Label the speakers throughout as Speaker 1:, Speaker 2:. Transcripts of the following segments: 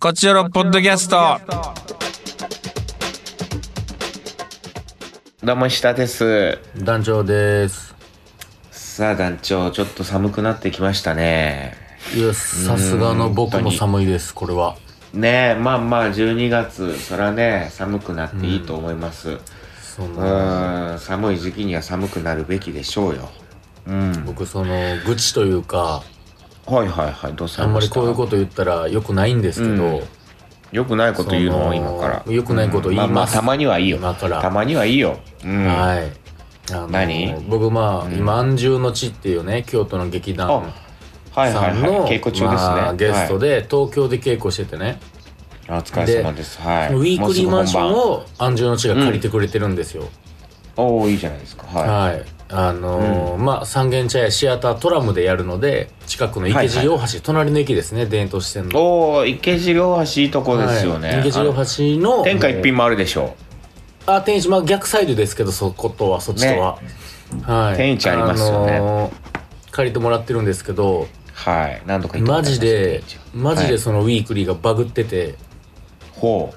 Speaker 1: こちらのポッドキャスト。
Speaker 2: どうも石田です。
Speaker 3: 団長です。
Speaker 2: さあ団長、ちょっと寒くなってきましたね。
Speaker 3: いや、さすがの僕も寒いです、これは。
Speaker 2: ねえ、まあまあ12月、そらね、寒くなっていいと思います。う
Speaker 3: その、
Speaker 2: ーん、寒い時期には寒くなるべきでしょうよ。うん。
Speaker 3: 僕、その、愚痴というか、
Speaker 2: はいはいはい、どうさ
Speaker 3: あんまりこういうこと言ったら良くないんですけど、
Speaker 2: と。よくないこと言う
Speaker 3: そ
Speaker 2: の、
Speaker 3: の
Speaker 2: 今から。
Speaker 3: 良くないこと言います
Speaker 2: うんまあまあ、たまにはいいよ。
Speaker 3: 今から
Speaker 2: たまにはいいよ。うん。
Speaker 3: はい。あの
Speaker 2: 何
Speaker 3: 僕、まあ、今、安住の地っていうね、京都の劇
Speaker 2: あ、
Speaker 3: 団
Speaker 2: はいは
Speaker 3: さ
Speaker 2: い
Speaker 3: ん
Speaker 2: は
Speaker 3: の、
Speaker 2: い。稽古中ですね。
Speaker 3: まあゲスト
Speaker 2: で。
Speaker 3: で、東京で稽古しててね、
Speaker 2: はい、お疲れ様です。はい。
Speaker 3: ウィークリーマンショ
Speaker 2: も
Speaker 3: ン
Speaker 2: う
Speaker 3: を安住の地が借りてくれてるんですよ。
Speaker 2: すぐ本番。おおー、いいじゃないですか。はい。
Speaker 3: はい。あのーまあ、三軒茶屋シアタートラムでやるので、近くの池尻大橋、隣の駅ですね、伝統支店の。
Speaker 2: おお池尻大橋いいとこですよね、
Speaker 3: はい池尻大橋の。
Speaker 2: 天下一品もあるでしょ
Speaker 3: あ、天一、まあ、逆サイドですけど、そことは、そっちとは。はい。
Speaker 2: 天一ありますよね
Speaker 3: のー借りてもらってるんですけど、
Speaker 2: うはい何度か行ったことあり
Speaker 3: マ
Speaker 2: ます
Speaker 3: ジで、マジ
Speaker 2: は
Speaker 3: で
Speaker 2: い
Speaker 3: そのウィークリーがバグってて、
Speaker 2: ほ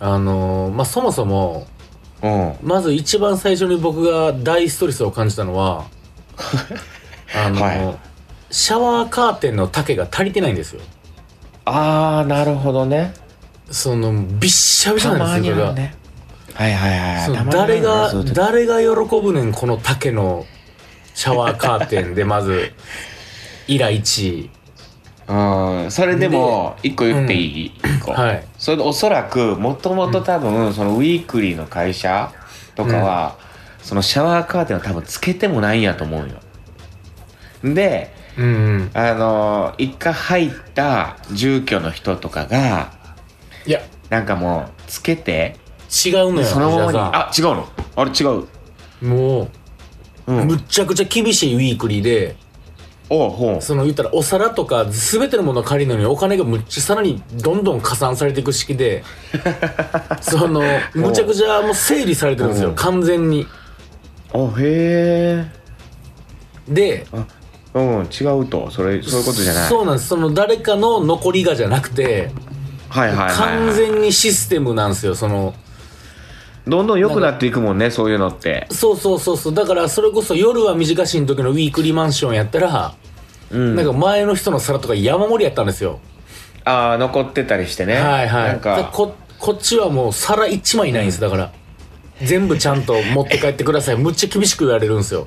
Speaker 3: あのーまあ、そもそも、
Speaker 2: ううん
Speaker 3: まず一番最初に僕が大ストレスを感じたの は、あのー
Speaker 2: は
Speaker 3: シャワーカーテンの丈が足りてないんですよ。
Speaker 2: ああなるほどね
Speaker 3: そのびっしゃびしゃ
Speaker 2: た
Speaker 3: な
Speaker 2: ま
Speaker 3: ん
Speaker 2: に
Speaker 3: ですよそれ
Speaker 2: ある
Speaker 3: が
Speaker 2: ねはいはいはい
Speaker 3: そ
Speaker 2: た
Speaker 3: う
Speaker 2: まにある
Speaker 3: 誰
Speaker 2: ね
Speaker 3: が
Speaker 2: そういう時
Speaker 3: 誰が喜ぶねんこの竹のシャワーカーテンでまず イラ1位
Speaker 2: うんそれでも一個言っていい、一個
Speaker 3: はい
Speaker 2: それでおそらくもともと多分そのウィークリーの会社とかは、そのシャワーカーテンを多分つけてもないんやと思うよで
Speaker 3: うんうん
Speaker 2: あのー一回入った住居の人とかが
Speaker 3: いや
Speaker 2: なんかもうつけて
Speaker 3: 違うのよ
Speaker 2: そのままに
Speaker 3: 藤田
Speaker 2: あ違うのあれ違う
Speaker 3: さんも
Speaker 2: う
Speaker 3: う、
Speaker 2: ん
Speaker 3: むっちゃくちゃ厳しいウィークリーで
Speaker 2: おうほう
Speaker 3: その言ったらお皿とか全てのものを借りるのにお金がむっちゃさらにどんどん加算されていく 式でそのむちゃくちゃもう整理されてるんです
Speaker 2: うん
Speaker 3: よ完全に
Speaker 2: あへえ
Speaker 3: で
Speaker 2: あうん違うとそれそういうことじゃない
Speaker 3: そうなんですその誰かの残りがじゃなくて
Speaker 2: はいはいはい、はい、
Speaker 3: 完全にシステムなんですよその
Speaker 2: どんどん良くなっていくもんねそういうのって
Speaker 3: そうそうそうそうだからそれこそ夜は短しい時のウィークリーマンションやったら、
Speaker 2: うん
Speaker 3: なんか前の人の皿とか山盛りやったんですよ
Speaker 2: ああ残ってたりしてね
Speaker 3: はいはい
Speaker 2: なん
Speaker 3: で
Speaker 2: か
Speaker 3: ここっちはもう皿1枚ないんですだから全部ちゃんと持って帰ってく ださいむっちゃ厳しく言われるんですよ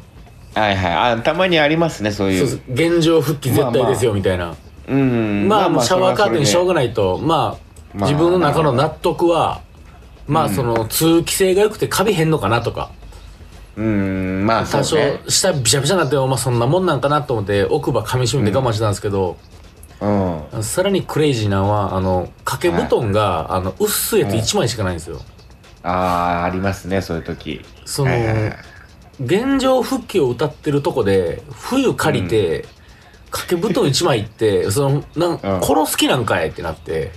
Speaker 2: はいはいあたまにありますねそうい
Speaker 3: そううそう現状復帰絶対ですよみたいな、
Speaker 2: うん
Speaker 3: まあ、シャワーカーテンしょう
Speaker 2: が
Speaker 3: がないと、まあ、
Speaker 2: まあ
Speaker 3: 自分の中の納得は、まあ、その、通気性が良くてカビへんのかなとか、
Speaker 2: うんまあそう
Speaker 3: 多少
Speaker 2: ね、
Speaker 3: 下びしゃびしゃになっても、まあ、そんなもんなんかなと思って、奥歯噛み締めて我慢してたんですけど、
Speaker 2: うん
Speaker 3: さらにクレイジーなのは、あの、掛け布団が、あの、薄いやつ1枚しかないんですよ。
Speaker 2: ああーありますねそういう時
Speaker 3: その
Speaker 2: はいはいはい、
Speaker 3: 現状復帰を歌ってるとこで、冬借りて、掛け布団1枚 って、その、なん、
Speaker 2: うん
Speaker 3: 殺す気なんかいってなって、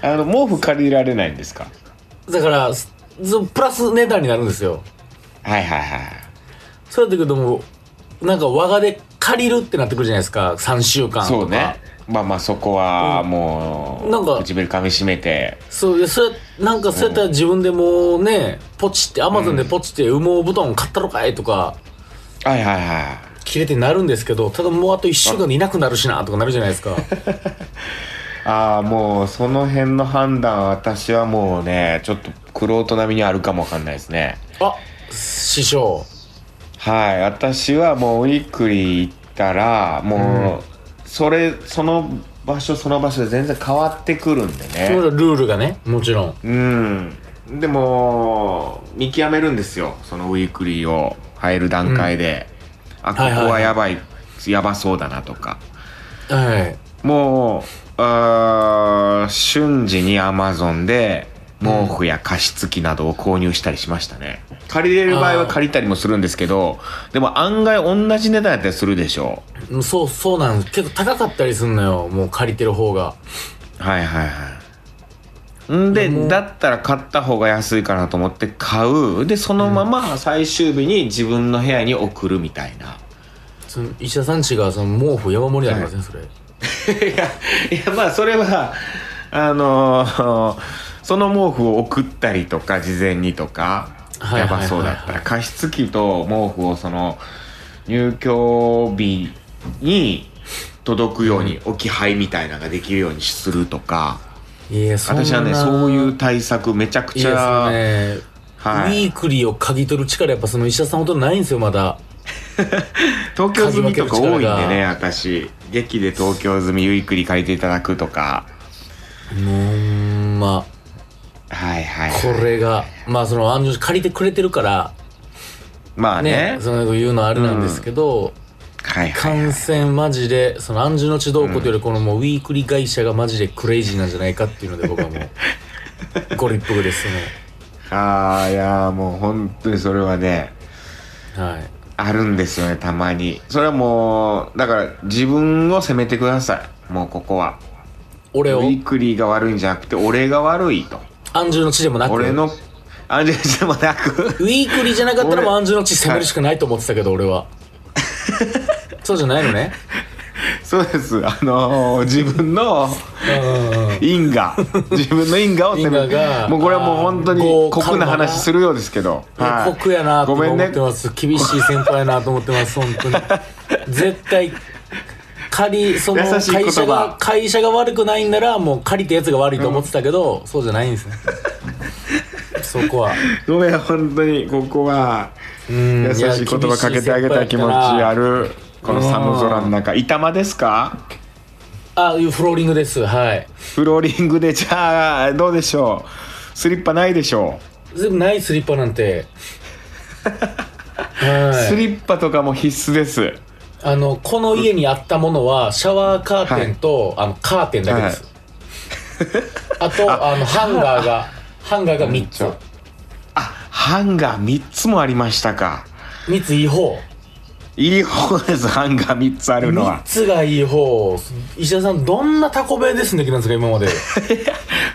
Speaker 2: あの毛布借りられないんですか
Speaker 3: だから、ずプラス値段になるんですよ。
Speaker 2: はいはいはい
Speaker 3: そうだけども、なんか我がで借りるってなってくるじゃないですか、3週間とか。
Speaker 2: そうね。まあまあそこはもう、
Speaker 3: なんか
Speaker 2: 唇噛み締めて
Speaker 3: そう、いやそれ、なんかそうやったら自分でもうね、ポチって、アマゾンでポチって羽毛布団買ったろかいとか、
Speaker 2: はいはいはい
Speaker 3: 切れてなるんですけど、ただもうあと1週間でいなくなるしな、とかなるじゃな いですか。
Speaker 2: ああもうその辺の判断私はもうねちょっと玄人並みにあるかもわかんないですね
Speaker 3: あ、師匠。
Speaker 2: はい私はもうウィークリー行ったらもうそれその場所その場所で全然変わってくるんで
Speaker 3: ル
Speaker 2: ね
Speaker 3: ールがね、もちろん。
Speaker 2: うんでも見極めるんですよそのウィークリーを入る段階で、あこ
Speaker 3: はいはい
Speaker 2: こ
Speaker 3: は
Speaker 2: はいやばい、やばそうだなとか
Speaker 3: はい。
Speaker 2: もうあー瞬時にアマゾンで毛布や加湿器などを購入したりしましたね借りれる場合は借りたりもするんですけどでも案外同じ値段やったりするでしょ
Speaker 3: うんそう、そうなんです。結構高かったりすんのよ、もう借りてる方が。
Speaker 2: はいはいはいんでだったら買った方が安いかなと思って買うでそのまま最終日に自分の部屋に送るみたいな、
Speaker 3: その石田さんちがその毛布山盛りありますね、それ。
Speaker 2: いやいやまあそれはあのーその毛布を送ったりとか事前にとか
Speaker 3: はい
Speaker 2: や
Speaker 3: はいはいはい
Speaker 2: ばそうだったら加湿器と毛布をその入居日に届くように置き配みたいなのができるようにするとか
Speaker 3: いやそんな
Speaker 2: 私はねそういう対策めちゃく
Speaker 3: いい
Speaker 2: ち
Speaker 3: です
Speaker 2: ゃ
Speaker 3: ね、
Speaker 2: はい
Speaker 3: ウィークリーを嗅ぎ取る力やっぱその医者さんほとんどないんですよまだ
Speaker 2: 東京済みとか多いん
Speaker 3: 鍵分
Speaker 2: で
Speaker 3: ける
Speaker 2: ね
Speaker 3: 力
Speaker 2: 私劇で東京済みゆっくり借りていただくとか
Speaker 3: もうんま
Speaker 2: はいはい
Speaker 3: あこれがまあその案の定借りてくれてるから
Speaker 2: まあね
Speaker 3: ねその言うのはあれなんですけど、
Speaker 2: はいはい
Speaker 3: 感染マジでその暗示の地動向というよりこのもうウィークリー会社がマジでクレイジーなんじゃないかっていうので 僕はもうご立腹ですね
Speaker 2: ああいやーもう本当にそれはね
Speaker 3: はい
Speaker 2: あるんですよねたまにそれはもうだから自分を責めてくださいもうここはウ
Speaker 3: 俺を
Speaker 2: ィークリーが悪いんじゃなくて俺が悪いと
Speaker 3: 暗示の地でもなく
Speaker 2: 俺のアンジェルでもなく
Speaker 3: ウィークリーじゃなかったらもう暗示の地攻めるしかないと思ってたけど 俺はそうじゃないのね
Speaker 2: そうですあのー自分の因果自分の因果を責め
Speaker 3: 因果が
Speaker 2: もうこれはもう本当に
Speaker 3: あー
Speaker 2: 酷な話するようですけど、はい
Speaker 3: 酷やなと
Speaker 2: ごめ
Speaker 3: 思
Speaker 2: ん
Speaker 3: っ
Speaker 2: ね
Speaker 3: てます、厳しい先輩やなと思ってます 本当に絶対借りその
Speaker 2: 優しい言葉
Speaker 3: 会社が会社が悪くないんならもう借りたやつが悪いと思ってたけど、そうじゃないんで すねそこは
Speaker 2: ごめん本当にここは
Speaker 3: うん
Speaker 2: 優しい言葉かけてあげたい気持ちあ
Speaker 3: る
Speaker 2: るこの寒空の中板間ですか
Speaker 3: あいうフローリングですはい
Speaker 2: フローリングでじゃあどうでしょうスリッパないでしょ
Speaker 3: 全部ないスリッパな んて
Speaker 2: う、
Speaker 3: は
Speaker 2: ス
Speaker 3: い
Speaker 2: リッパとかも必須です
Speaker 3: あのこの家にあったものはシャワーカーテンと、あのカーテンだけです、あとあのハンガーがハンガーが3つ
Speaker 2: ちょあハンガー3つもありましたか
Speaker 3: 3ついい方
Speaker 2: いい方ですハンガー3つあるの
Speaker 3: 3
Speaker 2: は
Speaker 3: つがいい方石田さんどんなタコ弁ですんできたんですか今ま で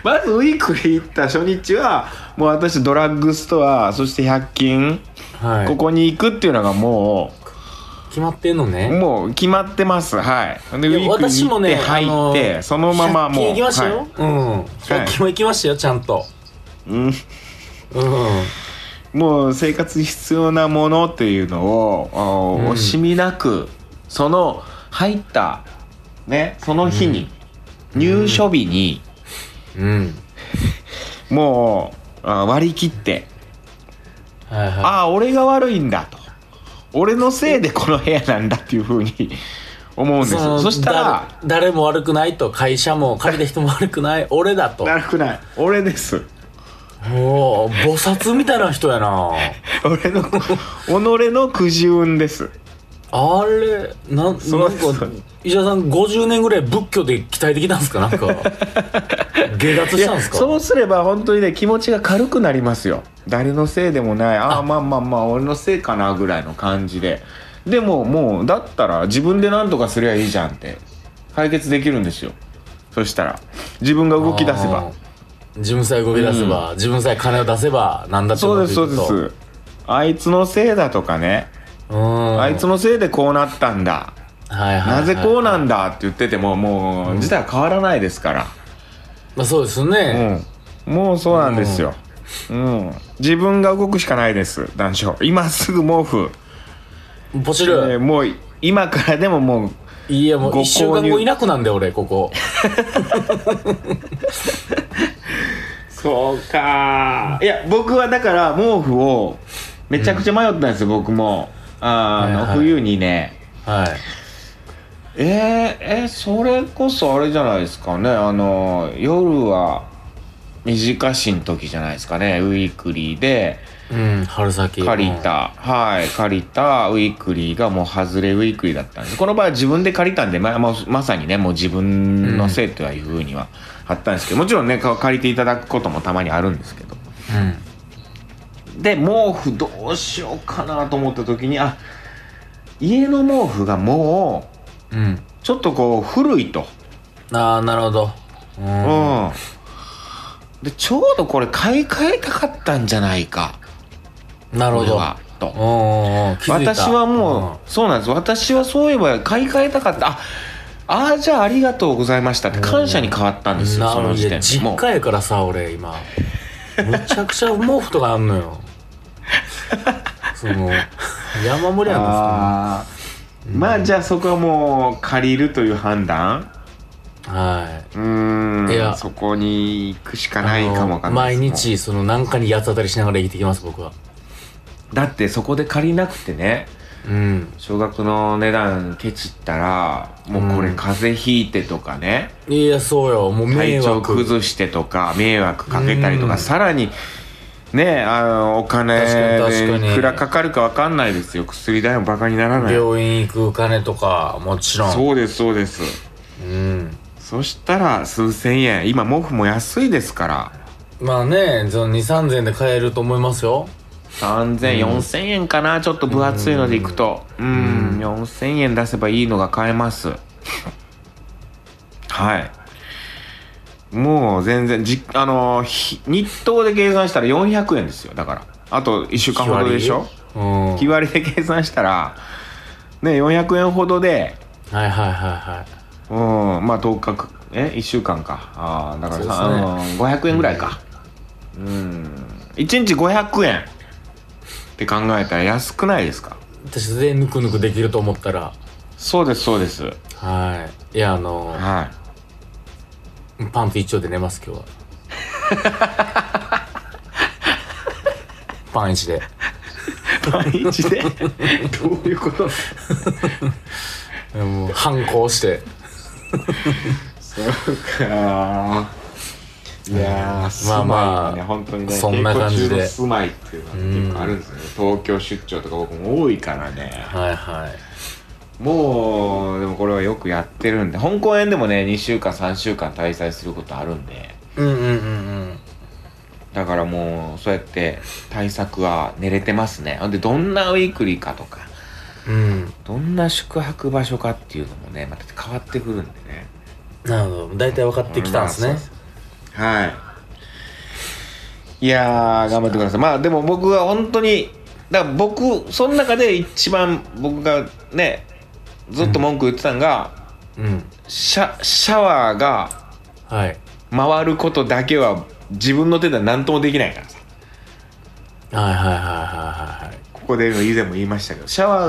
Speaker 2: まずウィークリー行った初日はもう私ドラッグストアそして100均、
Speaker 3: はい
Speaker 2: ここに行くっていうのがも
Speaker 3: 決まってんの
Speaker 2: う
Speaker 3: ね
Speaker 2: もう決まってますはいでウ
Speaker 3: いや
Speaker 2: ィークリ
Speaker 3: 私
Speaker 2: ー行
Speaker 3: も
Speaker 2: って
Speaker 3: ね
Speaker 2: 入って、
Speaker 3: あの
Speaker 2: そのままもう
Speaker 3: 100均行きましたよ、うん
Speaker 2: い
Speaker 3: 100均も行きましたよちゃんと
Speaker 2: はいうん
Speaker 3: うん
Speaker 2: もう生活に必要なものっていうのをあ
Speaker 3: うん
Speaker 2: ー惜しみなく、その入ったねその日に、入所日に
Speaker 3: うん
Speaker 2: もうあー割り切って、
Speaker 3: はいはい
Speaker 2: ああ俺が悪いんだと俺のせいでこの部屋なんだっていうふ うに思うんです
Speaker 3: その
Speaker 2: そしたら
Speaker 3: だ誰も悪くないと会社も借りた人も悪くない俺だと
Speaker 2: 悪くない俺 です
Speaker 3: もう菩薩みたいな人やな
Speaker 2: 俺 の己のくじ運です
Speaker 3: あれなんなんか
Speaker 2: そうそう
Speaker 3: 石田さん50年ぐらい仏教で鍛えてきたんですかなん か下脱したんですか
Speaker 2: そうすれば本当にね気持ちが軽くなりますよ誰のせいでもないああまあまあまあ俺のせいかなぐらいの感じででももうだったら自分で何とかすりゃいいじゃんって解決できるんですよそしたら自分が動き出せば
Speaker 3: あー自分さえ動き出せば、自分さえ金を出せばなんだって
Speaker 2: そうですそうで
Speaker 3: う
Speaker 2: すあいつのせいだとかね
Speaker 3: うん
Speaker 2: あいつのせいでこうなったんだ
Speaker 3: はいはいはい
Speaker 2: なぜこうなんだって言っててももう事態は変わらないですから
Speaker 3: まあ、そうですね、
Speaker 2: うん、もうそうなんですよ、うん、自分が動くしかないです男女今すぐ毛布、
Speaker 3: ポチ
Speaker 2: え
Speaker 3: る、
Speaker 2: ーもう今からでももう
Speaker 3: いやもう
Speaker 2: ご購入
Speaker 3: 1週間後いなくなんで俺ここ
Speaker 2: そうかいや僕はだから毛布をめちゃくちゃ迷ったんですよ、僕もあーあの、
Speaker 3: はいはい
Speaker 2: 冬にね
Speaker 3: はい
Speaker 2: えー、えーそれこそあれじゃないですかねあの夜は短しん時じゃないですかねウィークリーで
Speaker 3: うん春先
Speaker 2: 借りた、はい借りたウィークリーがもう外れウィークリーだったんですこの場合は自分で借りたんでまままさにねもう自分のせいとはいうふうにはあったんですけどもちろんねか借りていただくこともたまにあるんですけど
Speaker 3: うん
Speaker 2: で毛布どうしようかなと思った時にあ家の毛布がも
Speaker 3: うん
Speaker 2: うちょっとこう古いと
Speaker 3: ああなるほどう
Speaker 2: うんん、でちょうどこれ買い替えたかったんじゃないか
Speaker 3: なるほ
Speaker 2: 俺
Speaker 3: ど
Speaker 2: はと
Speaker 3: うんうんうん気づいた
Speaker 2: 私はもう、そうなんです私はそういえば買い替えたかったあああじゃあありがとうございましたって感謝に変わったんですよ、
Speaker 3: な
Speaker 2: その時
Speaker 3: い
Speaker 2: 点
Speaker 3: や
Speaker 2: でも
Speaker 3: 実
Speaker 2: う
Speaker 3: 家やからさ俺今むちゃくちゃ毛布とかあん のよその山盛りあ
Speaker 2: あーまあじゃあそこはもう借りるという判断
Speaker 3: るんですけどは
Speaker 2: うーん
Speaker 3: いや
Speaker 2: そこに行くしか
Speaker 3: い
Speaker 2: ないかもわ
Speaker 3: あ
Speaker 2: か
Speaker 3: の
Speaker 2: んない
Speaker 3: 毎
Speaker 2: です
Speaker 3: 日その何かに八つ当たりしながら生きてきます僕は
Speaker 2: だってそこで借りなくてね
Speaker 3: うん
Speaker 2: 少額の値段ケチったらもうこれ風邪ひいてとかね、
Speaker 3: いやそうよもう迷
Speaker 2: 体調
Speaker 3: 惑
Speaker 2: 崩してとか迷惑かけたりとか、
Speaker 3: うん
Speaker 2: さらにねあのお金
Speaker 3: 確かに確かに
Speaker 2: いくらかかるかわかんないですよ薬代もバカにならない
Speaker 3: 病院行くお金とかもちろん
Speaker 2: そうですそうです
Speaker 3: うん
Speaker 2: そしたら数千円今毛布も安いですから
Speaker 3: まあねその2 3 0 0 0円で買えると思いますよ
Speaker 2: 30004000円かなちょっと分厚いのでいくとうん4000円出せばいいのが買えますはいもう全然じあのひ日当で計算したら400円ですよだからあと1週間ほどでしょ
Speaker 3: うんはい
Speaker 2: 日割りで計算したらね400円ほどで
Speaker 3: はいはいはい
Speaker 2: うんまあ10日くえ1週間かああだからさ、
Speaker 3: そう
Speaker 2: あの500円ぐらいかうん1日500円って考えたら安くないですか
Speaker 3: 私でぬくぬくできると思ったら
Speaker 2: そうですそうですはい
Speaker 3: はいいやあのパンツ一丁で寝ます今日は パン一で
Speaker 2: 毎日で どういうこと
Speaker 3: もう反抗して
Speaker 2: そうかいやー住まいはね
Speaker 3: まあ
Speaker 2: 本当にね
Speaker 3: そんな感じ
Speaker 2: 稽古
Speaker 3: で
Speaker 2: 中の住まいっていうのは結構あるんですよね東京出張とか僕も多いからね
Speaker 3: はいはい
Speaker 2: もうでもこれはよくやってるんで本公演でもね2週間3週間滞在することあるんで
Speaker 3: うんうんうん
Speaker 2: だからもうそうやって対策は練れてますねほんでどんなウィークリーかとか
Speaker 3: うんうん
Speaker 2: どんな宿泊場所かっていうのもねまた変わってくるんでね
Speaker 3: なるほど大体分かってきたんですね、
Speaker 2: まあそうですはいいやー頑張ってくださいまあでも僕は本当にだから僕その中で一番僕がねずっと文句言ってたのが、
Speaker 3: うん
Speaker 2: シャシャワーが
Speaker 3: はい
Speaker 2: 回ることだけは自分の手では何ともできないからさ
Speaker 3: はいはいはいはいはいはい
Speaker 2: ここで以前も言いましたけどシャワー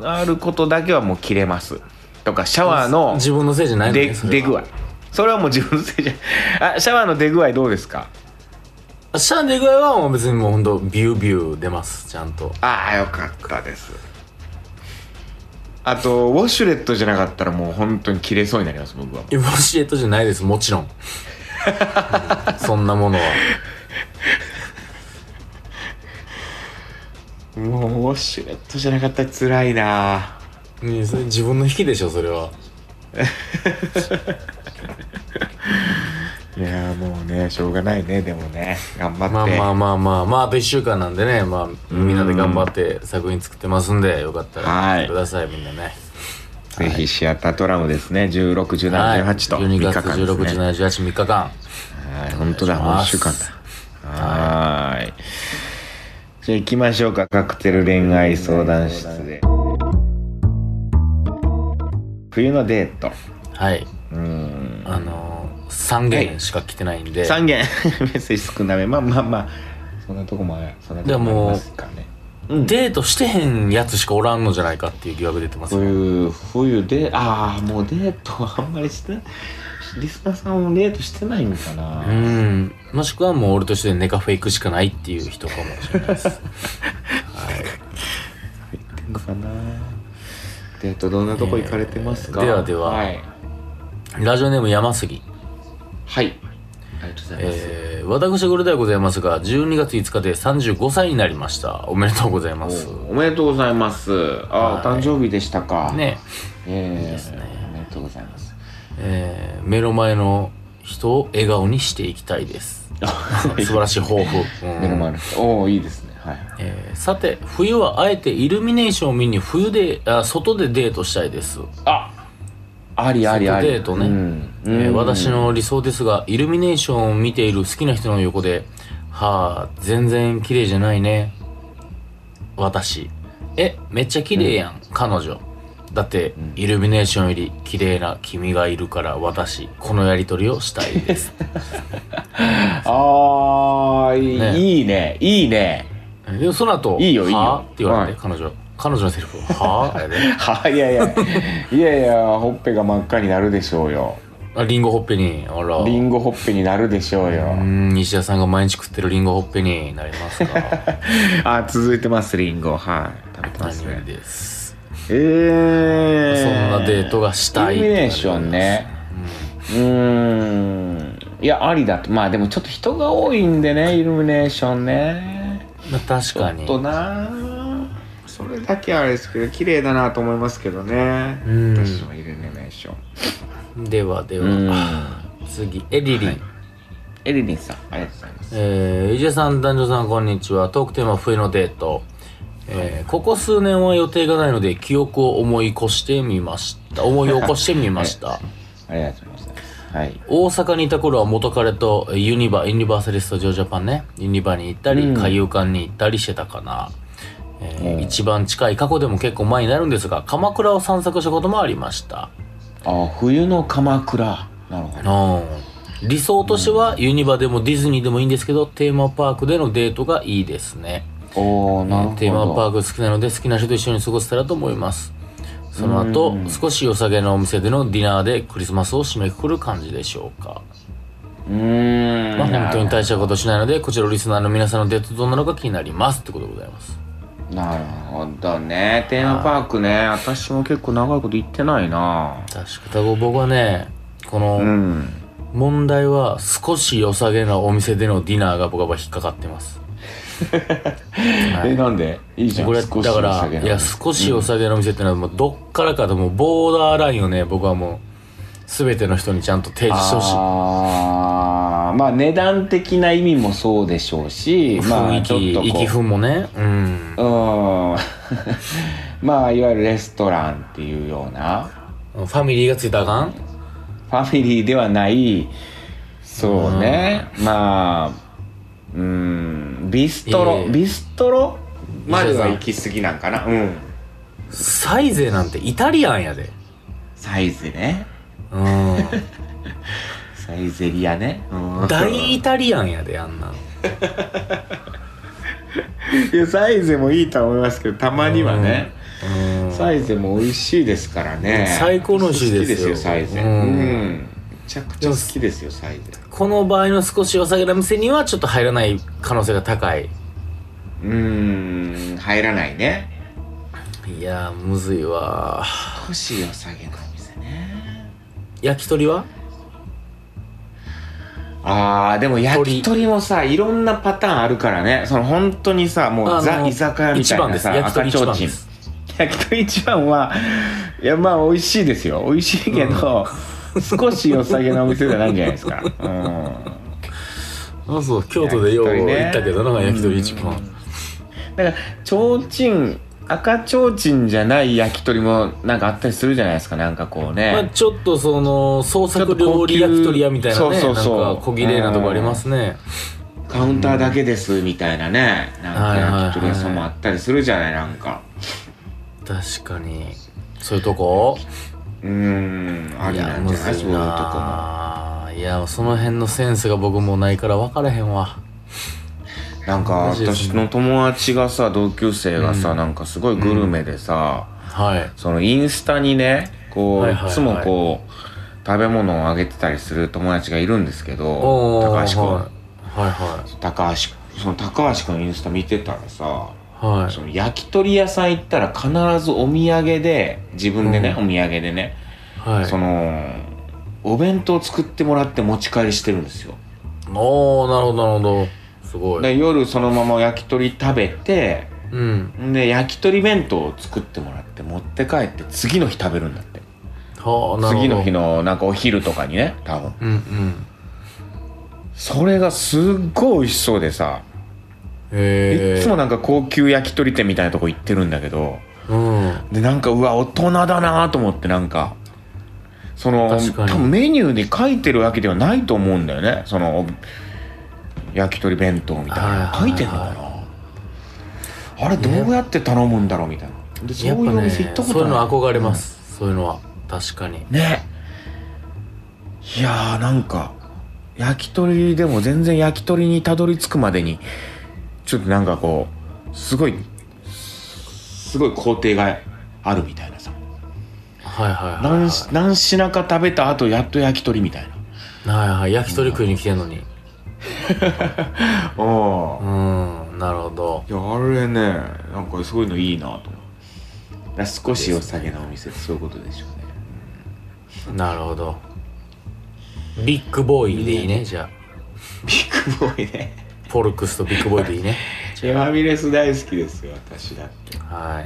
Speaker 2: が回ることだけはもう切れますとかシャワーの
Speaker 3: 自分のせいじゃないの
Speaker 2: で
Speaker 3: ねそれ
Speaker 2: 出
Speaker 3: は
Speaker 2: 具合それはもう自分のせいじゃないあシャワーの出具合どうですか
Speaker 3: あシャンデ具合はもう別にもうほんとビュービュー出ますちゃんと
Speaker 2: ああよかったですあとウォシュレットじゃなかったらもう本当に切れそうになります僕は
Speaker 3: えウォシュレットじゃないですもちろん、 うんそんなものは
Speaker 2: もうウォシュレットじゃなかったら辛いな
Speaker 3: ねえそれ自分の引きでしょそれはい
Speaker 2: やーもうねしょうがないねでもね頑張って
Speaker 3: まあまあまあまあまああと1週間なんでねまあみんなで頑張って作品作ってますんでよかったら
Speaker 2: はい
Speaker 3: 見てくださいみんなね
Speaker 2: ぜひシアタートラムですね、16、
Speaker 3: はい
Speaker 2: 17、18と3
Speaker 3: 12
Speaker 2: 日
Speaker 3: 月
Speaker 2: 間です、ね。
Speaker 3: 16、17、18、3日間
Speaker 2: はい、本当だ、
Speaker 3: お
Speaker 2: もう1
Speaker 3: 願いし
Speaker 2: 週
Speaker 3: ま
Speaker 2: 間
Speaker 3: す
Speaker 2: だ。はーい。じゃあ行きましょうか、カクテル恋愛相談室で。冬のデート。
Speaker 3: はい
Speaker 2: うん。
Speaker 3: あのー、3件しか来てないんで、
Speaker 2: 3件、メ ッセージ少なめ。まあまあまあ、そんなとこもある、そんなとこもありますかね。
Speaker 3: デートしてへんやつしかおらんのじゃないかっていう疑惑出てますよ
Speaker 2: 冬、冬で、ああ、もうデートはあんまりしてない。リスナーさんもデートしてないんかな。
Speaker 3: うんもしくはもう俺としてネカフェ行くしかないっていう人かもしれないです
Speaker 2: 入ってんのかなデートどんなとこ行かれてますか、
Speaker 3: えーではでは
Speaker 2: はい、
Speaker 3: ラジオネーム山杉
Speaker 2: はい、ありがとうございます、
Speaker 3: えー、私これではございますが12月5日で35歳になりましたおめでとうございます
Speaker 2: おおめでとうございますあ
Speaker 3: は
Speaker 2: お
Speaker 3: い
Speaker 2: 誕生日でしたか
Speaker 3: ね
Speaker 2: えー、
Speaker 3: ですね
Speaker 2: おめでとうございます
Speaker 3: えー目の前の人を笑顔にしていきたいです 素晴らしい抱負、うん
Speaker 2: 目の前の人おおいいですねはい
Speaker 3: えーさて冬はあえてイルミネーションを見に冬であ外でデートしたいです
Speaker 2: あありありあり
Speaker 3: デートね
Speaker 2: うん
Speaker 3: えー私の理想ですがイルミネーションを見ている好きな人の横で「はあ全然綺麗じゃないね」私「えめっちゃ綺麗やん彼女」だって、イルミネーションより綺麗な君がいるから私、このやりとりをしたい です。
Speaker 2: あーいい,、
Speaker 3: ね
Speaker 2: いいねいいね
Speaker 3: でもその後、
Speaker 2: いいよいいよ
Speaker 3: はあって言われて、
Speaker 2: は
Speaker 3: 彼女、彼女のセリフ、はああれで。
Speaker 2: はいやいやいやいやほっぺが真っ赤になるでしょうよ
Speaker 3: あリンゴほっぺに、あら。
Speaker 2: リンゴほっぺになるでしょうよ、
Speaker 3: うん、西田さんが毎日食ってるリンゴほっぺになり ますか。
Speaker 2: あ続いてますリンゴはい食べてま
Speaker 3: 何
Speaker 2: す
Speaker 3: より
Speaker 2: ね
Speaker 3: です。
Speaker 2: えー、
Speaker 3: そんなデートがしたい
Speaker 2: イルミネーションねうーんいやありだとまあでもちょっと人が多いんでねイルミネーションね
Speaker 3: まあ、確
Speaker 2: ちょ
Speaker 3: か
Speaker 2: っ
Speaker 3: に。
Speaker 2: となそれだけあれですけど綺麗だなと思いますけどね
Speaker 3: うん
Speaker 2: 私はイルミネーション
Speaker 3: ではで
Speaker 2: うん
Speaker 3: は、次、エリリン。
Speaker 2: エリリンさんありがとうございます
Speaker 3: えー、伊勢さん、男女さん、こんにちは。トークテーマ、冬のデート。えー、ここ数年は予定がないので、記憶を思い越してみました。思い起こしてみ ました。
Speaker 2: ありがとうございますはい
Speaker 3: 大阪にいた頃は元彼とユニバユニバーサリスト・ジョージャパンねユニバに行ったり海遊館に行ったりしてたかな、えー
Speaker 2: うん
Speaker 3: 一番近い過去でも結構前になるんですが鎌倉を散策したこともありました
Speaker 2: あ冬の鎌倉なるほど
Speaker 3: うん理想としてはユニバでもディズニーでもいいんですけどテーマパークでのデートがいいですね
Speaker 2: おおなるほど
Speaker 3: テーマパーク好きなので好きな人と一緒に過ごせたらと思いますその後
Speaker 2: うん
Speaker 3: 少し良さげなお店でのディナーでクリスマスを締めくくる感じでしょうか
Speaker 2: うーん
Speaker 3: まあ、本当に大したことしないので、こちらのリスナーの皆さんのデートどうなのか気になりますってことでございます。
Speaker 2: なるほどねテーマパークね私も結構長いこと行ってないな
Speaker 3: 確かに僕はね、こ
Speaker 2: う
Speaker 3: の
Speaker 2: ん
Speaker 3: 問題は少し良さげなお店でのディナーが僕は引っかかってます。
Speaker 2: えなんでいいじゃん
Speaker 3: これだ
Speaker 2: 少し
Speaker 3: か
Speaker 2: 下
Speaker 3: ら、
Speaker 2: げない
Speaker 3: や、少し良さげなお店ってのはもうどっからかともうボーダーラインをね、僕はもう全ての人にちゃんと提示してほしい。
Speaker 2: あーまあ値段的な意味もそうでしょうしま
Speaker 3: 雰
Speaker 2: あ
Speaker 3: 囲
Speaker 2: ちょっと
Speaker 3: 気、意気
Speaker 2: こ
Speaker 3: 分もね。うん
Speaker 2: う。うん まあいわゆるレストランっていうような
Speaker 3: ファミリーがついたらあかん
Speaker 2: ファミリーではないそうねまあうんビスト
Speaker 3: いえい
Speaker 2: ロ
Speaker 3: え
Speaker 2: ビストロまでは行き過ぎなんかなうん
Speaker 3: サイゼなんてイタリアンやで。
Speaker 2: サイズね
Speaker 3: うん。
Speaker 2: サイゼリアね、うん
Speaker 3: 大イタリアンやであんなん
Speaker 2: いやサイゼもいいとは思いますけどたまにはね、
Speaker 3: うん
Speaker 2: サイゼも美味しいですからね
Speaker 3: 最高の美味しいですよ
Speaker 2: 好きサイゼ
Speaker 3: う
Speaker 2: うんん、めちゃくちゃ好きですよサイゼ
Speaker 3: この場合の少しお酒の店にはちょっと入らない可能性が高いう
Speaker 2: ーん入らないね
Speaker 3: いやーむずいわ
Speaker 2: 少し良さげなお店ね
Speaker 3: 焼き鳥は
Speaker 2: あーでも焼き鳥もさいろんなパターンあるからねその本当にさも
Speaker 3: あ
Speaker 2: うザ
Speaker 3: の
Speaker 2: 居酒屋みたいなさ
Speaker 3: 一番です焼き鳥
Speaker 2: 赤ちょう
Speaker 3: 一番
Speaker 2: ちん
Speaker 3: です
Speaker 2: 焼き鳥一番はいやまあ美味しいですよ美味しいけど、少し良さげなお店じゃないんじゃないです か、うん
Speaker 3: あそう京都でよう
Speaker 2: 焼き鳥ね
Speaker 3: 行ったけどな焼き鳥一番
Speaker 2: なんか提灯赤ちょうちんじゃない焼き鳥もなんかあったりするじゃないですかなんかこうね、
Speaker 3: まあちょっとその創
Speaker 2: ちょ
Speaker 3: 作料理
Speaker 2: っと高級
Speaker 3: 焼き鳥屋みたいなね
Speaker 2: そうそうそう
Speaker 3: なんか小綺麗なとこありますね
Speaker 2: カウンターだけですみたいなね、なんか焼き鳥屋さんもあったりするじゃないなんか
Speaker 3: 確かにそういうとこ
Speaker 2: うーんありなんじゃないそういうとこも
Speaker 3: なあいやその辺のセンスが僕もないから分からへんわ
Speaker 2: なんか
Speaker 3: マジです
Speaker 2: 私
Speaker 3: ね
Speaker 2: の友達がさ同級生がさ、なんかすごいグルメでさ、
Speaker 3: はい
Speaker 2: そのインスタにねこう、
Speaker 3: はい
Speaker 2: い
Speaker 3: はいはい
Speaker 2: つもこう食べ物をあげてたりする友達がいるんですけど
Speaker 3: おー
Speaker 2: 高橋君、
Speaker 3: はいは
Speaker 2: 高橋その高橋君のインスタ見てたらさ
Speaker 3: いはい
Speaker 2: その焼き鳥屋さん行ったら必ずお土産で自分でね、お土産でね、
Speaker 3: はい
Speaker 2: そのお弁当作ってもらって持ち帰りしてるんですよ
Speaker 3: おおなるほどなるほどすごい
Speaker 2: で夜そのまま焼き鳥食べて
Speaker 3: うん
Speaker 2: で焼き鳥弁当を作ってもらって持って帰って次の日食べるんだって
Speaker 3: はあなるほど
Speaker 2: 次の日のなんかお昼とかにね多分
Speaker 3: うんうん
Speaker 2: それがすっごい美味しそうでさ、
Speaker 3: へえ
Speaker 2: いつもなんか高級焼き鳥店みたいなとこ行ってるんだけど
Speaker 3: うん
Speaker 2: でなんかうわ大人だなと思ってなんかその
Speaker 3: 確かに
Speaker 2: 多分メニューに書いてるわけではないと思うんだよねその焼き鳥弁当みたいな、
Speaker 3: はいはいはい
Speaker 2: 書いてんのかなあれどうやって頼むんだろうみたいな、でそうい
Speaker 3: やっぱ
Speaker 2: うお
Speaker 3: ね
Speaker 2: 店行ったこと
Speaker 3: そう
Speaker 2: ない
Speaker 3: いうの憧れます、そういうのは確かに
Speaker 2: ねいやーなんか焼き鳥でも全然焼き鳥にたどり着くまでにちょっとなんかこうすごいすごい工程があるみたいなさ
Speaker 3: はいはいはいはい
Speaker 2: 何し何品か食べた後やっと焼き鳥みたいな
Speaker 3: はいはい焼き鳥食いに来てんのに
Speaker 2: あ
Speaker 3: うんなるほど
Speaker 2: いやあれねなんかそういうのいいなと思うだから少しお酒のお店ってそういうことでしょうね
Speaker 3: なるほどビッグボーイでいいねじゃあ
Speaker 2: ビッグボーイね
Speaker 3: ポルクスとビッグボーイでい いね
Speaker 2: ファミレス大好きですよ私だって
Speaker 3: は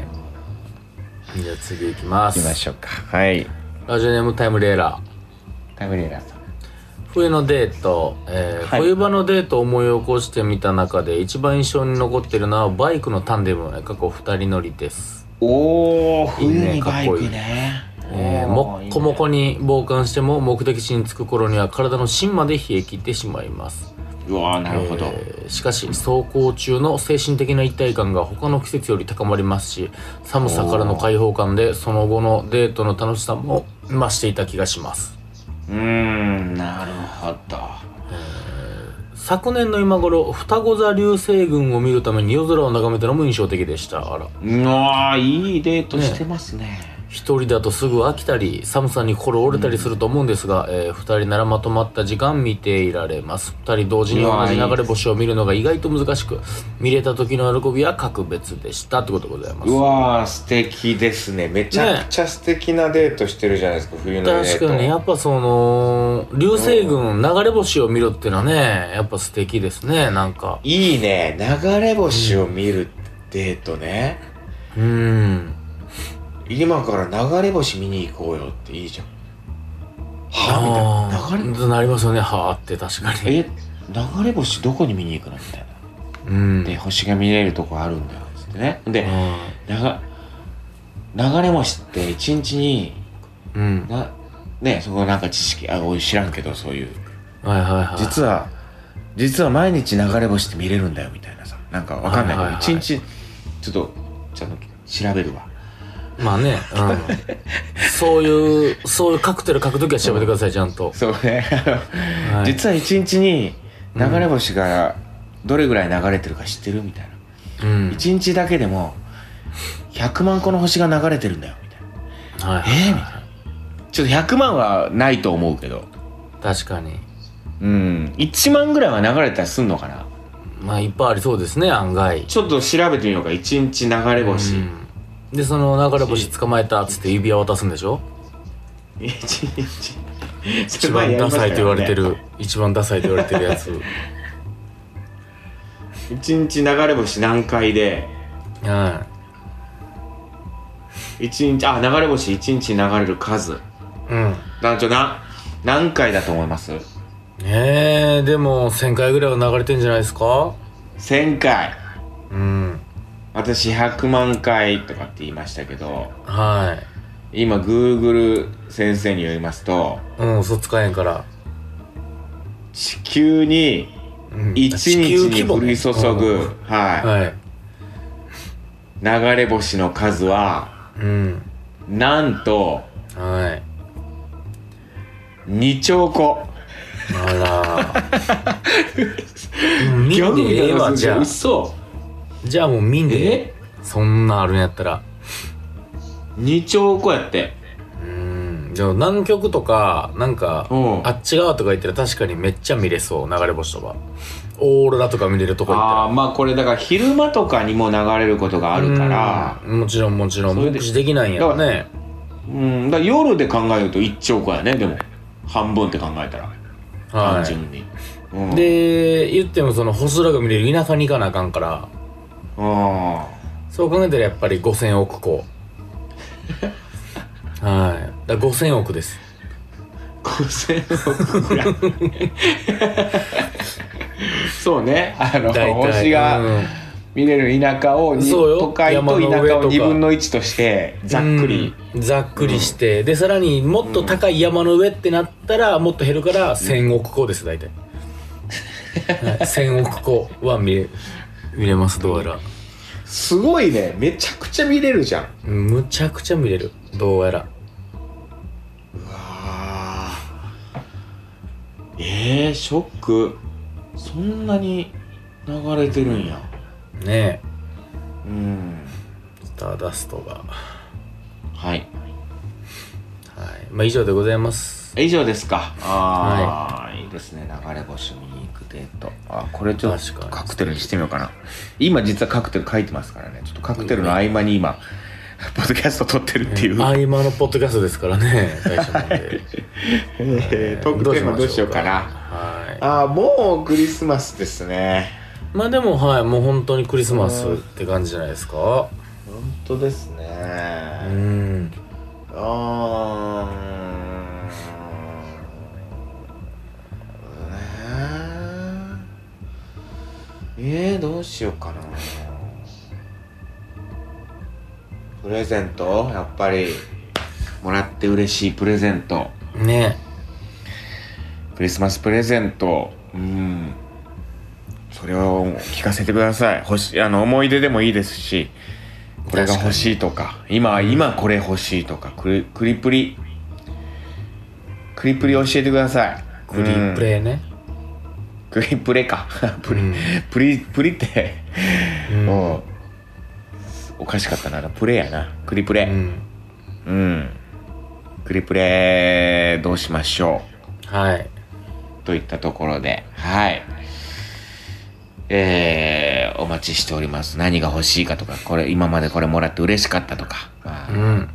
Speaker 3: いじゃあ次行きま
Speaker 2: 行きますしょうかはい
Speaker 3: ラジオネームタイムレーラー
Speaker 2: タムレーラーさん
Speaker 3: 冬のデート、えー
Speaker 2: はい
Speaker 3: 冬場のデートを思い起こしてみた中で一番印象に残ってるのはバイクのタンデム過去二人乗りです、
Speaker 2: おお
Speaker 3: いい
Speaker 2: 冬
Speaker 3: ね
Speaker 2: にバイクね
Speaker 3: えーもっこもこに防寒しても目的地に着く頃には体の芯まで冷え切ってしまいます
Speaker 2: うわーなるほど、
Speaker 3: えーしかし走行中の精神的な一体感が他の季節より高まりますし寒さからの解放感でその後のデートの楽しさも増していた気がします
Speaker 2: うーんなるほど
Speaker 3: 昨年の今頃双子座流星群を見るために夜空を眺めたのも印象的でしたあら
Speaker 2: うわーいいデートしてますね
Speaker 3: 一人だとすぐ飽きたり寒さに心折れたりすると思うんですが、えー二人ならまとまった時間見ていられます二人同時に同じ流れ星を見るのが意外と難しく見れた時の喜びは格別でしたってことでございます
Speaker 2: うわー素敵ですねめちゃくちゃ素敵なデートしてるじゃないですか、冬のデート
Speaker 3: 確かにやっぱその流星群流れ星を見るっていうのはねやっぱ素敵ですねなんか
Speaker 2: いいね流れ星を見るデートね、
Speaker 3: うん
Speaker 2: 今から流れ星見に行こうよっていいじゃんは
Speaker 3: あ
Speaker 2: あみたいな流れ
Speaker 3: あなりますよねはあって確かに
Speaker 2: え流れ星どこに見に行くのみたいな
Speaker 3: うん
Speaker 2: で星が見れるとこあるんだよっつってねで
Speaker 3: う
Speaker 2: 流流れ星って一日に
Speaker 3: ん、
Speaker 2: なねそこなんか知識あ俺知らんけどそういう
Speaker 3: はいはいはい
Speaker 2: 実は実は毎日流れ星って見れるんだよみたいなさなんかわかんないけど、
Speaker 3: はいはいは
Speaker 2: 一
Speaker 3: い
Speaker 2: 日ちょっとちゃんと調べるわ
Speaker 3: まあね、うん、そういうそういうカクテル書くときは調べてくださいちゃんと、
Speaker 2: そうね、
Speaker 3: はい
Speaker 2: 実 は一日に流れ星がどれぐらい流れてるか知ってるみたいな
Speaker 3: うん、
Speaker 2: 一日だけでも100万個の星が流れてるんだよみたいな
Speaker 3: はいはい
Speaker 2: えーみたいなちょっと100万はないと思うけど
Speaker 3: 確かに
Speaker 2: うん1万ぐらいは流れたりすんのかな
Speaker 3: まあいっぱいありそうですね案外
Speaker 2: ちょっと調べてみようか一日流れ星、
Speaker 3: うんでその流れ星捕まえたっつって指輪渡すんでしょ
Speaker 2: 一日
Speaker 3: 一番ダサいと言われてる、一番ダサいと言われてるやつ
Speaker 2: 一日流れ星何回で
Speaker 3: は
Speaker 2: 一日あ流れ星一日に流れる数
Speaker 3: いうん
Speaker 2: 団長な何回だと思います
Speaker 3: えー、でも1000回ぐらいは流れてんじゃないですか
Speaker 2: ?1000 回
Speaker 3: うん
Speaker 2: 私100万回とかって言いましたけど
Speaker 3: は
Speaker 2: 今 Google 先生によりますと
Speaker 3: いうん嘘つかへんから、
Speaker 2: 地球に
Speaker 3: うん
Speaker 2: 1日に降り注
Speaker 3: 地球規模ね
Speaker 2: ぐ、
Speaker 3: うん
Speaker 2: は
Speaker 3: はい
Speaker 2: い、流れ星の数は
Speaker 3: うん
Speaker 2: なんと
Speaker 3: はい
Speaker 2: 2兆個
Speaker 3: あ ら。もう見
Speaker 2: ギャ
Speaker 3: ん
Speaker 2: グ
Speaker 3: で
Speaker 2: みた
Speaker 3: え
Speaker 2: い
Speaker 3: え
Speaker 2: な
Speaker 3: わ、じ
Speaker 2: じゃ
Speaker 3: ゃ
Speaker 2: ん
Speaker 3: あ。
Speaker 2: 嘘
Speaker 3: じゃあもう見んでええ
Speaker 2: え
Speaker 3: そんなんあるんやったら。
Speaker 2: 2兆個やって
Speaker 3: うん。じゃあ南極とか、なんか、
Speaker 2: うん
Speaker 3: あっち側とか行ったら確かにめっちゃ見れそう、流れ星とか。オーロラとか見れるとこ行ったら
Speaker 2: あ。あーまあこれだから昼間とかにも流れることがあるから
Speaker 3: うん。もちろんもちろん、
Speaker 2: それ
Speaker 3: 目
Speaker 2: で
Speaker 3: 視できないんやろね。
Speaker 2: うんだから夜で考えると1兆個やねでも半分って考えたら単
Speaker 3: は
Speaker 2: 純に、うん
Speaker 3: い。で、言ってもその星空が見れる田舎に行かなあかんから、
Speaker 2: うん
Speaker 3: そう考えたらやっぱり5000億 個。はい。だから5000億です。
Speaker 2: 5000億ぐらいそうねあの
Speaker 3: 大体。
Speaker 2: 星が
Speaker 3: うん
Speaker 2: 見れる田舎をに
Speaker 3: そうよ
Speaker 2: 都会と
Speaker 3: 山
Speaker 2: 田
Speaker 3: の上
Speaker 2: 舎
Speaker 3: と
Speaker 2: を
Speaker 3: か
Speaker 2: 2分の1としてざっくり、
Speaker 3: うんざっくりして、でさらにもっと高い山の上ってなったらもっと減るから1,000億個です大体、はい、1,000億個は見れ見れますどうやら
Speaker 2: すごいねめちゃくちゃ見れるじゃん
Speaker 3: むちゃくちゃ見れるどうやら
Speaker 2: うわーえー、ショックそんなに流れてるんや
Speaker 3: ね
Speaker 2: うん
Speaker 3: えスターダストが
Speaker 2: はい
Speaker 3: はいまあ以上でございます
Speaker 2: 以上ですかああ、い、いですね流れ星見に行くデートあこれちょっ
Speaker 3: 確か
Speaker 2: と
Speaker 3: に
Speaker 2: カクテルにしてみようかな今実はカクテル書いてますからねちょっとカクテルの合間に今ポッドキャスト撮ってるっていう、
Speaker 3: 合間のポッドキャストですからね大したもんで
Speaker 2: えートークテーマどうしようかな
Speaker 3: はい
Speaker 2: あーもうクリスマスですね
Speaker 3: まあでもはいもう本当にクリスマスって感じじゃないですか
Speaker 2: 本当ですね
Speaker 3: うん
Speaker 2: あーねええー、どうしようかなプレゼントやっぱりもらって嬉しいプレゼント
Speaker 3: ね
Speaker 2: クリスマスプレゼントうんそれを聞かせてください欲しあの思い出でもいいですしこれが欲しいとか今今これ欲しいとかクリクリプリクリプリ教えてください
Speaker 3: えクリプレイね
Speaker 2: うんクリプレかプリ、
Speaker 3: うん
Speaker 2: プリプリって
Speaker 3: うん
Speaker 2: もうおかしかったなプレやなクリプレ
Speaker 3: うん
Speaker 2: うん、クリプレどうしましょう
Speaker 3: はい
Speaker 2: といったところで、はい。えー、お待ちしております。何が欲しいかとか、これ、今までこれもらって嬉しかったとか、まあ
Speaker 3: うん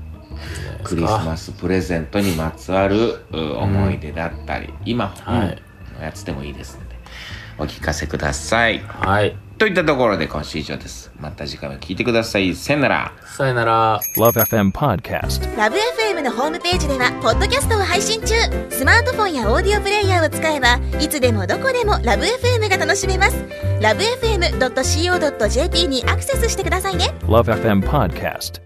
Speaker 2: クリスマスプレゼントにまつわるう思い出だったり、今、
Speaker 3: はい
Speaker 2: うんのやつでもいいですので、お聞かせください。
Speaker 3: はい
Speaker 2: といったところで今週以上です。また次回も聞いてください。さよなら。
Speaker 3: さよなら
Speaker 1: Love FM Podcast.
Speaker 4: ラブ f m のホームページではポッドキャストを配信中スマートフォンやオーディオプレイヤーを使えばいつでもどこでもラブ f m が楽しめますラブ FM.co.jp にアクセスしてくださいね
Speaker 1: Love FM Podcast.